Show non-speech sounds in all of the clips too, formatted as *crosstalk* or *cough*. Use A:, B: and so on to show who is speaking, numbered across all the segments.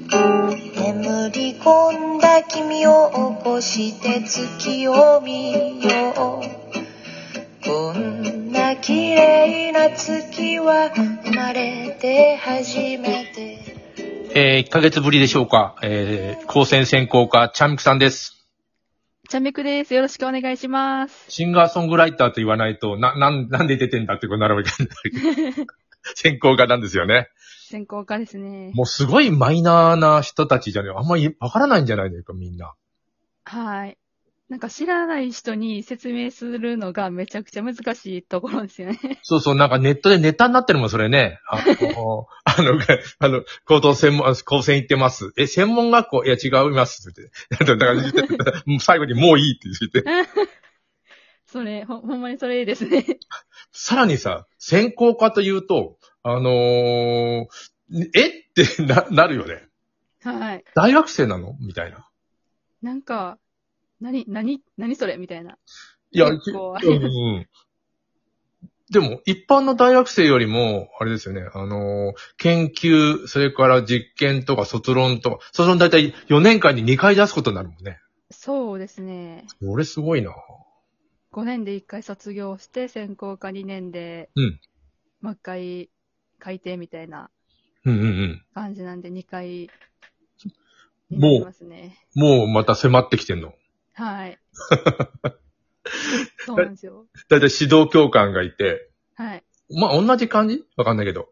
A: 眠り込んだ君を起こして月を見ようこんな綺麗な月は生まれて初めて
B: えー、1ヶ月ぶりでしょうか。えー、高専専攻科、チャンミクさんです。
C: ちゃめくです。よろしくお願いします。
B: シンガーソングライターと言わないと、な、なん、なんで出てんだってことになるわけ専攻科なんですよね。
C: 専攻科ですね。
B: もうすごいマイナーな人たちじゃねあんまりわからないんじゃないのか、みんな。
C: はい。なんか知らない人に説明するのがめちゃくちゃ難しいところですよね。 *laughs*
B: そうそう、なんかネットでネタになってるもん、それね。あの、 *laughs* あの、あの高等専門、あ高専行ってます。え、専門学校いや、違います。って言って。 *laughs* だから言って、もう最後にもういいって言って。
C: それ、ほ、ほんまにそれですね。 *laughs*
B: さらにさ、専攻科というと、あのーえってな、なるよね。
C: はい。
B: 大学生なのみたいな。
C: なんか、何、何、何それみたいな。
B: いや、
C: 結構あ
B: うんうんでも、一般の大学生よりも、あれですよね、あのー研究、それから実験とか卒論とか、卒論大体4年間に2回出すことになるもんね。
C: そうですね。
B: 俺すごいな。
C: 5年で1回卒業して、専攻科2年で、
B: うん
C: もう1回改定みたいな
B: うんうんうん。
C: 感じなんで、2回、
B: もう
C: になりますね。
B: もうまた迫ってきてんの。 *laughs*
C: はい。そうなんですよ。
B: 大体指導教官がいて、
C: はい。
B: まあ、同じ感じわかんないけど。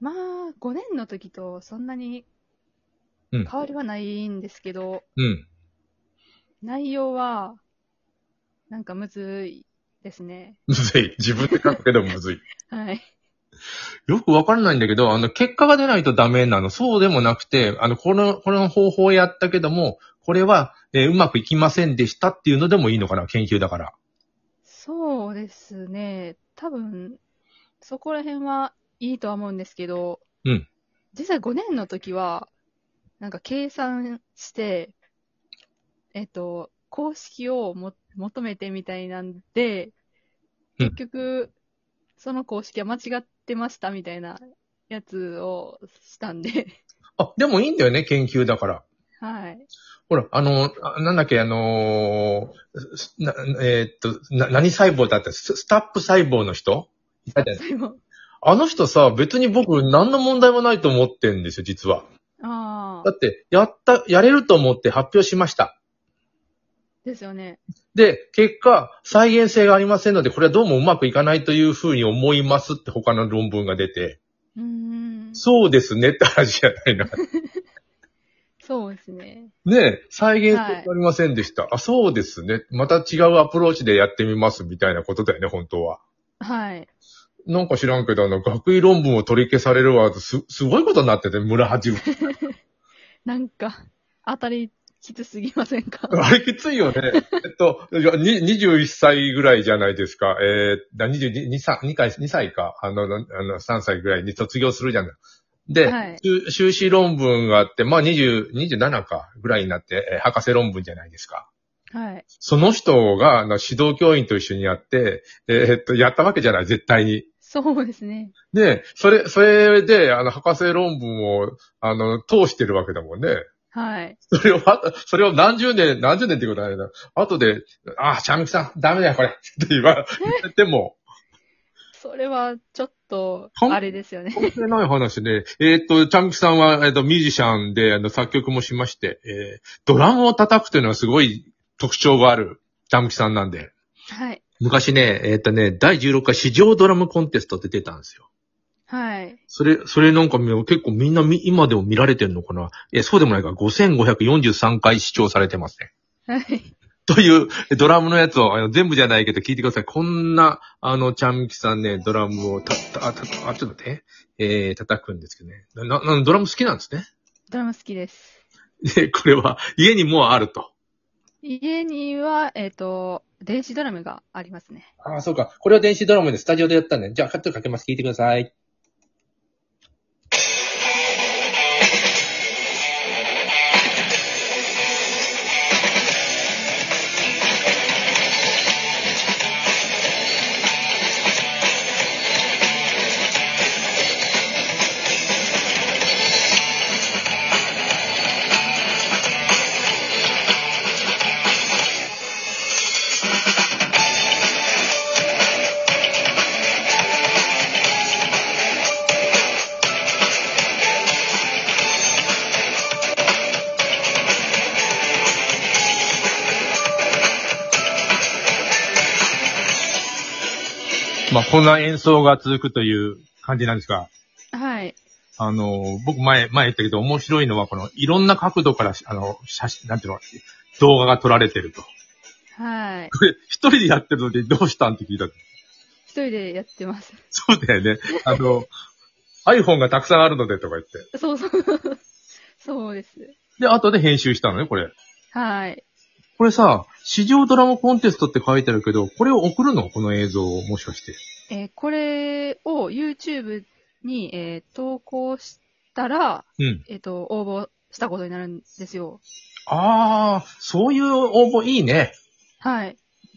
C: まあ、5年の時とそんなに
B: うん
C: 変わりはないんですけど、
B: うん。 *laughs*
C: 内容は、なんかむずいですね。
B: むずい。自分で書くけどむずい。
C: はい。
B: よくわからないんだけど、あの、結果が出ないとダメなの。そうでもなくて、あの、この、この方法をやったけども、これは、えーうまくいきませんでしたっていうのでもいいのかな、研究だから。
C: そうですね。多分、そこら辺はいいとは思うんですけど、
B: うん
C: 実際5年の時は、なんか計算して、えっと、公式をも求めてみたいなんで、
B: うん
C: 結局、その公式は間違ってましたみたいなやつをしたんで、 *laughs*
B: あ、でもいいんだよね、研究だから。
C: はい。
B: ほら、あの、あなんだっけ、あのーすなえーっとな、何細胞だったススタップ細胞の人いたじゃない
C: それも、
B: あの人さ、別に僕何の問題もないと思ってんですよ、実は。
C: あ
B: だ
C: あ、
B: って、やった、やれると思って発表しました。
C: ですよね。
B: で、結果、再現性がありませんので、これはどうもうまくいかないというふうに思いますって他の論文が出て、
C: うーん、
B: そうですねって話じゃないな。
C: そうですね。
B: ねえ、再現性がありませんでした。あ、そうですね。また違うアプローチでやってみますみたいなことだよね、本当は。
C: はい。
B: なんか知らんけど、あの、学位論文を取り消されるわ、す、すごいことになってて、村八分。
C: なんか、当たりきつすぎませんか
B: *laughs* あれきついよね。えっと、いやに21歳ぐらいじゃないですか。えー、だ22、2歳、2回、2歳か。あの、なあの3歳ぐらいに卒業するじゃない。で、
C: はい
B: 修修士論文があって、まあ20、27かぐらいになって、えー博士論文じゃないですか。
C: はい。
B: その人が、あの、指導教員と一緒にやって、えーえっと、やったわけじゃない、絶対に。
C: そうですね。
B: で、それ、それで、あの、博士論文を、あの、通してるわけだもんね。
C: はい。
B: *laughs* それを、あそれを何十年、何十年ってことはないな。後で、あ、シャミクさん、ダメだよ、これ。って言われても、
C: それは、ちょっと、
B: ほん
C: あれですよね。
B: 関係ない話で、えーっと、チャミクさんは、えーっと、ミュージシャンで、あの、作曲もしまして、えードラムを叩くというのはすごい特徴がある、チャミクさんなんで。
C: はい。
B: 昔ね、えーっとね、第16回市場ドラムコンテストって出たんですよ。
C: はい。
B: それ、それなんかみ結構みんなみ今でも見られてるのかなえ、そうでもないか、5543回視聴されてますね。
C: はい。
B: というえドラムのやつを、あの全部じゃないけど聞いてください。こんな、あの、ちゃんみきさんね、ドラムをた、た、あた、あ、ちょっと待って、えー、叩くんですけどね。な、な、なドラム好きなんですね。 *laughs*
C: ドラム好きです。
B: で、これは、家にもうあると。
C: 家には、えっ、と、電子ドラムがありますね。
B: ああ、そうか。これは電子ドラムでスタジオでやったんで、じゃあ、カットかけます。聞いてください。
A: 「
B: まあ、こんな演奏が続くという感じなんですが、
C: はい。
B: あの、僕前、前言ったけど面白いのは、この、いろんな角度から、あの、写真、なんていうの、動画が撮られてると。 *laughs*
C: はい。
B: これ、一人でやってるのにどうしたんって聞いた。
C: 一人でやってます。
B: そうだよね。あの、iPhone がたくさんあるのでとか言って。
C: そう *laughs* そう。そうです。
B: で、後で編集したのね、これ。
C: はい。
B: これさ、市場ドラマコンテストって書いてあるけど、これを送るのこの映像を、もしかして。
C: えーこれを YouTube に、えー投稿したら、
B: うん。
C: えっ、と、応募したことになるんですよ。
B: あー、そういう応募いいね。
C: はい。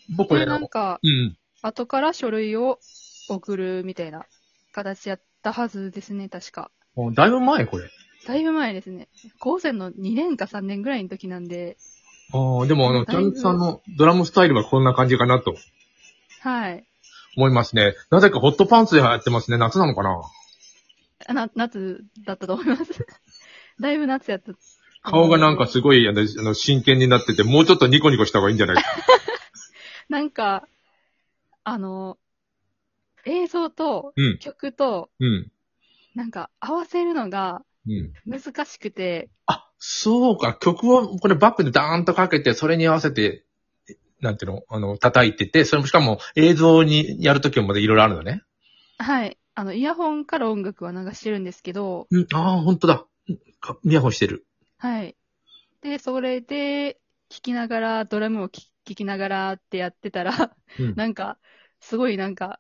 B: 僕
C: こ
B: ね
C: れ。なんか、
B: うん。
C: 後から書類を送るみたいな形やったはずですね、確か。
B: もうだいぶ前、これ。
C: だいぶ前ですね。高専の2年か3年ぐらいの時なんで、
B: あー、でもあの、ちゃんさんのドラムスタイルはこんな感じかなと
C: はい。
B: 思いますね。なぜかホットパンツでやってますね。夏なのかな
C: な、夏だったと思います。 *laughs* だいぶ夏やった。
B: 顔がなんかすごい、あの、あの真剣になってて、もうちょっとニコニコした方がいいんじゃないか。
C: なんか、あの、映像と
B: うん。
C: 曲と、
B: うん。
C: なんか合わせるのが
B: うん。
C: 難しくて、
B: あ、そうか。曲を、これバックでダーンとかけて、それに合わせて、なんていうのあの、叩いてて、それもしかも映像にやるときもまでいろいろあるのね。
C: はい。あの、イヤホンから音楽は流してるんですけど、
B: うん、ああ、ほんとだ。うんかイヤホンしてる。
C: はい。で、それで、聴きながら、ドラムを聴き聴きながらってやってたら、
B: うん。
C: なんか、すごいなんか、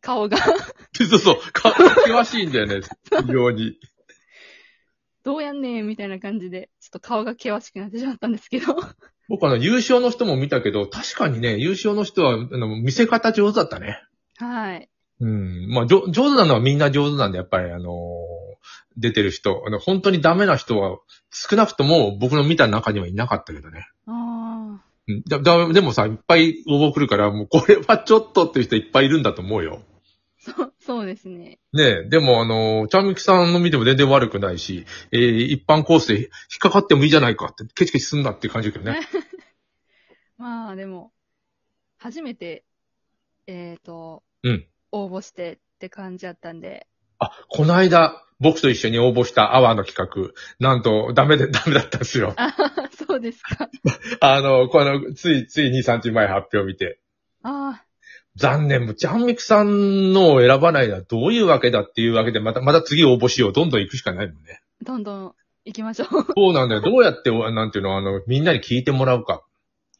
C: 顔が、
B: *laughs*
C: *laughs*
B: そうそう。か、険しいんだよ *laughs* ね。非常に。
C: どうやんねんみたいな感じで、ちょっと顔が険しくなってしまったんです
B: *laughs*
C: けど、
B: 僕あの、優勝の人も見たけど、確かにね、優勝の人は、あの、見せ方上手だったね。
C: はい。
B: うん。まあ、じょ上手なのはみんな上手なんで、やっぱり、あのー出てる人。あの、本当にダメな人は、少なくとも僕の見た中にはいなかったけどね。
C: あ
B: うん。だ、だ、でもさ、いっぱい応募来るから、もうこれはちょっとっていう人いっぱいいるんだと思うよ。
C: あ、そう、 *laughs* そうですね。
B: ねえ、でもあのー、ちゃんみきさんの見ても全然悪くないし、えー、一般コースで引っかかってもいいじゃないかって、ケチケチすんなっていう感じだけどね。
C: まあ、でも、初めて、えっ、と、
B: うん
C: 応募してって感じだったんで、
B: あ、この間、僕と一緒に応募したアワーの企画、なんと、ダメで、 *laughs* ダメだったんですよ。
C: あ *laughs* そうですか。
B: あの、この、つい、つい2、3日前発表見て、
C: あ
B: 残念、もうジャンミクさんのを選ばないのはどういうわけだっていうわけで、また、また次応募しよう。どんどん行くしかないもんね。
C: あ、どんどん行きましょう。 *laughs*
B: そうなんだよ。どうやって、おなんていうの、あの、みんなに聞いてもらうか。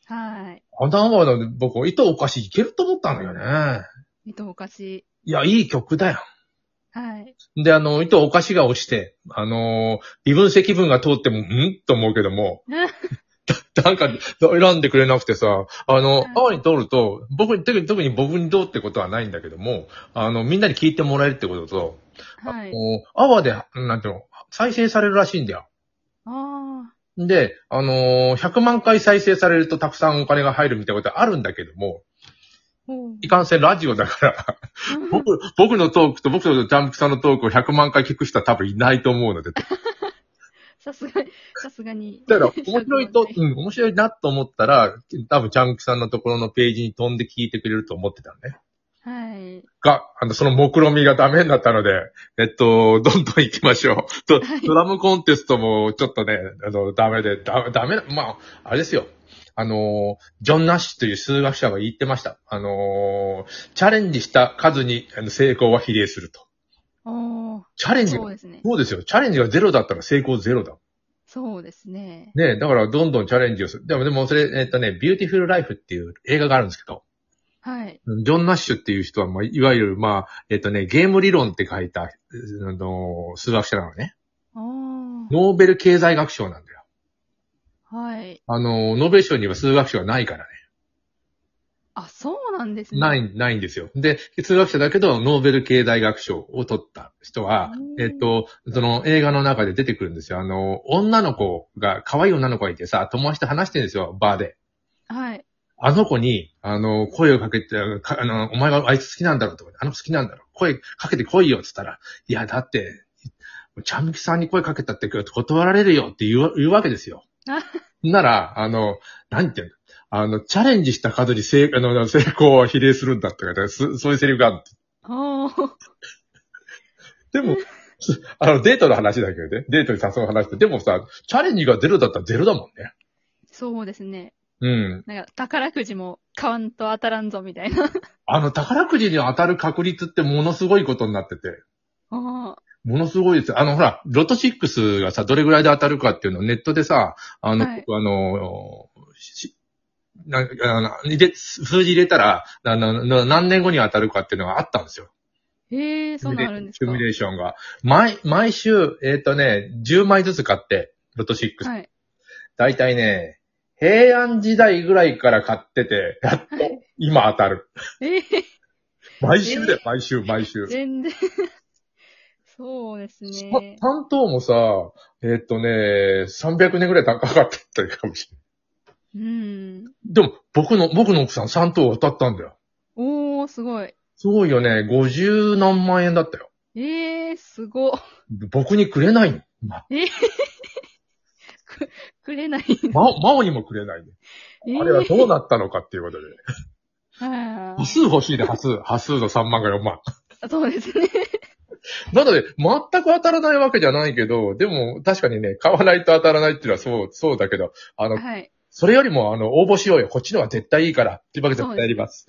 C: はい。
B: あのアワーの僕、糸おかしいけると思ったんだよね。
C: 伊藤おかし
B: いや、いい曲だよ。
C: はい。
B: で、あの、糸おかしが押して、あのー微分積分が通っても、んと思うけども、だなんか、選んでくれなくてさ、あの、
C: うん
B: 青に通ると、僕に、特に特に僕にどうってことはないんだけども、あの、みんなに聞いてもらえるってことと、
C: *laughs* は
B: あ
C: い。
B: の、アワーで、なんていうの、再生されるらしいんだよ。
C: あ
B: で、あのー100万回再生されるとたくさんお金が入るみたいなことはあるんだけども、
C: あ、おう
B: いかんせんラジオだ *laughs* から、僕、僕のトークと僕とジャンプさんのトークを100万回聞く人は多分いないと思うので、
C: さすがに、さすがに。
B: だから、面白 *laughs* いと
C: 100、万
B: うん、面白いなと思ったら、多分、チャンキさんのところのページに飛んで聞いてくれると思ってたのね。
C: 回。はい。
B: が、あの、その目論みがダメになったので、えっと、どんどん行きましょう。と
C: はい
B: ドラムコンテストもちょっとね、あの、ダメで、ダメ、ダメな、まあ、あれですよ。あの、ジョン・ナッシュという数学者が言ってました。あの、チャレンジした数にあの成功は比例すると。
C: おお。
B: チャレンジが
C: そうですね。
B: そうですよ。チャレンジがゼロだったら成功ゼロだ。
C: そうですね。
B: ねえ、だからどんどんチャレンジをする。でも、でもそれ、えっとね、ビューティフルライフっていう映画があるんですけど、
C: はい。
B: ジョン・ナッシュっていう人は、まあ、いわゆる、まあ、えっとね、ゲーム理論って書いた、あの、数学者なのね。
C: おお。
B: ノーベル経済学賞なんだよ。
C: はい。
B: あの、ノーベル賞には数学賞がないからね。
C: あ、そうなんですね。。
B: ないい、ないんですよ。で、数学者だけど、ノーベル経済学賞を取った人は、
C: うん
B: えっと、その映画の中で出てくるんですよ。あの、女の子が、可愛い女の子がいてさ、友達と話してるんですよ、バーで。
C: はい。
B: あの子に、あの、声をかけて、かあの、お前はあいつ好きなんだろうとか、あの子好きなんだろう。声かけて来いよって言ったら、いや、だって、ちゃんみきさんに声かけたって断られるよって言う言うわけですよ
C: あ。
B: なら、あの、なんて言うのあの、チャレンジした数に成あの成功は比例するんだって書いてあるすそういうセリフがあるんです。
C: ああ。
B: でも、すあの、デートの話だけどね。デートに誘う話って。でもさ、チャレンジがゼロだったらゼロだもんね。
C: そうですね。
B: うん。
C: なんか、宝くじも買わんと当たらんぞみたいな。
B: あの、宝くじに当たる確率ってものすごいことになってて。
C: ああ。
B: ものすごいです。あの、ほら、ロト6がさ、どれぐらいで当たるかっていうのをネットでさ、あの、
C: はい
B: 僕あの、しなんあので数字入れたらあの、な何年後に当たるかっていうのがあったんですよ。
C: へえ、そんなんあるんです
B: シ
C: か
B: ミュレーションが。毎、毎週、えっ、とね、10枚ずつ買って、ロト6。
C: はい。
B: 大体ね、平安時代ぐらいから買ってて、やっと
C: はい
B: 今当たる。
C: ええ
B: 毎週だよ
C: え、
B: 毎週、毎週。
C: 全然。そうです
B: ま
C: ね。
B: 担当もさ、えっ、とね、300年ぐらい高かったかもしれない。
C: うん。
B: でも、僕の、僕の奥さん3等当たったんだよ。
C: おー、すごい。
B: すごいよね、50何万円だったよ。
C: ええー、すご。
B: 僕にくれないの。ま、
C: くれない。
B: ま、真央にもくれないの。
C: ええ
B: あれはどうなったのかっていうことで。
C: は
B: 波数欲しいで、波数。波数の3万か4万。
C: あそうですね。
B: なので、全く当たらないわけじゃないけど、でも、確かにね、買わないと当たらないっていうのはそう、そうだけど、あの、
C: はい。
B: それよりも、あの、応募しようよ。こっちのは絶対いいから。っていうわけで絶対やります。